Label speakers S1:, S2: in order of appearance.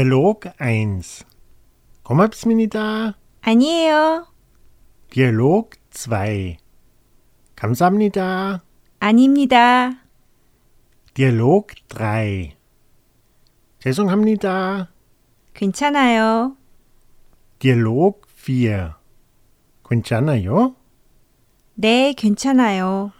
S1: Dialog 1. 고맙습니다.
S2: 아니에요.
S1: Dialog 2. 감사합니다.
S2: 아닙니다.
S1: Dialog 3. 죄송합니다.
S2: 괜찮아요.
S1: Dialog 4. 괜찮아요?
S2: 네, 괜찮아요.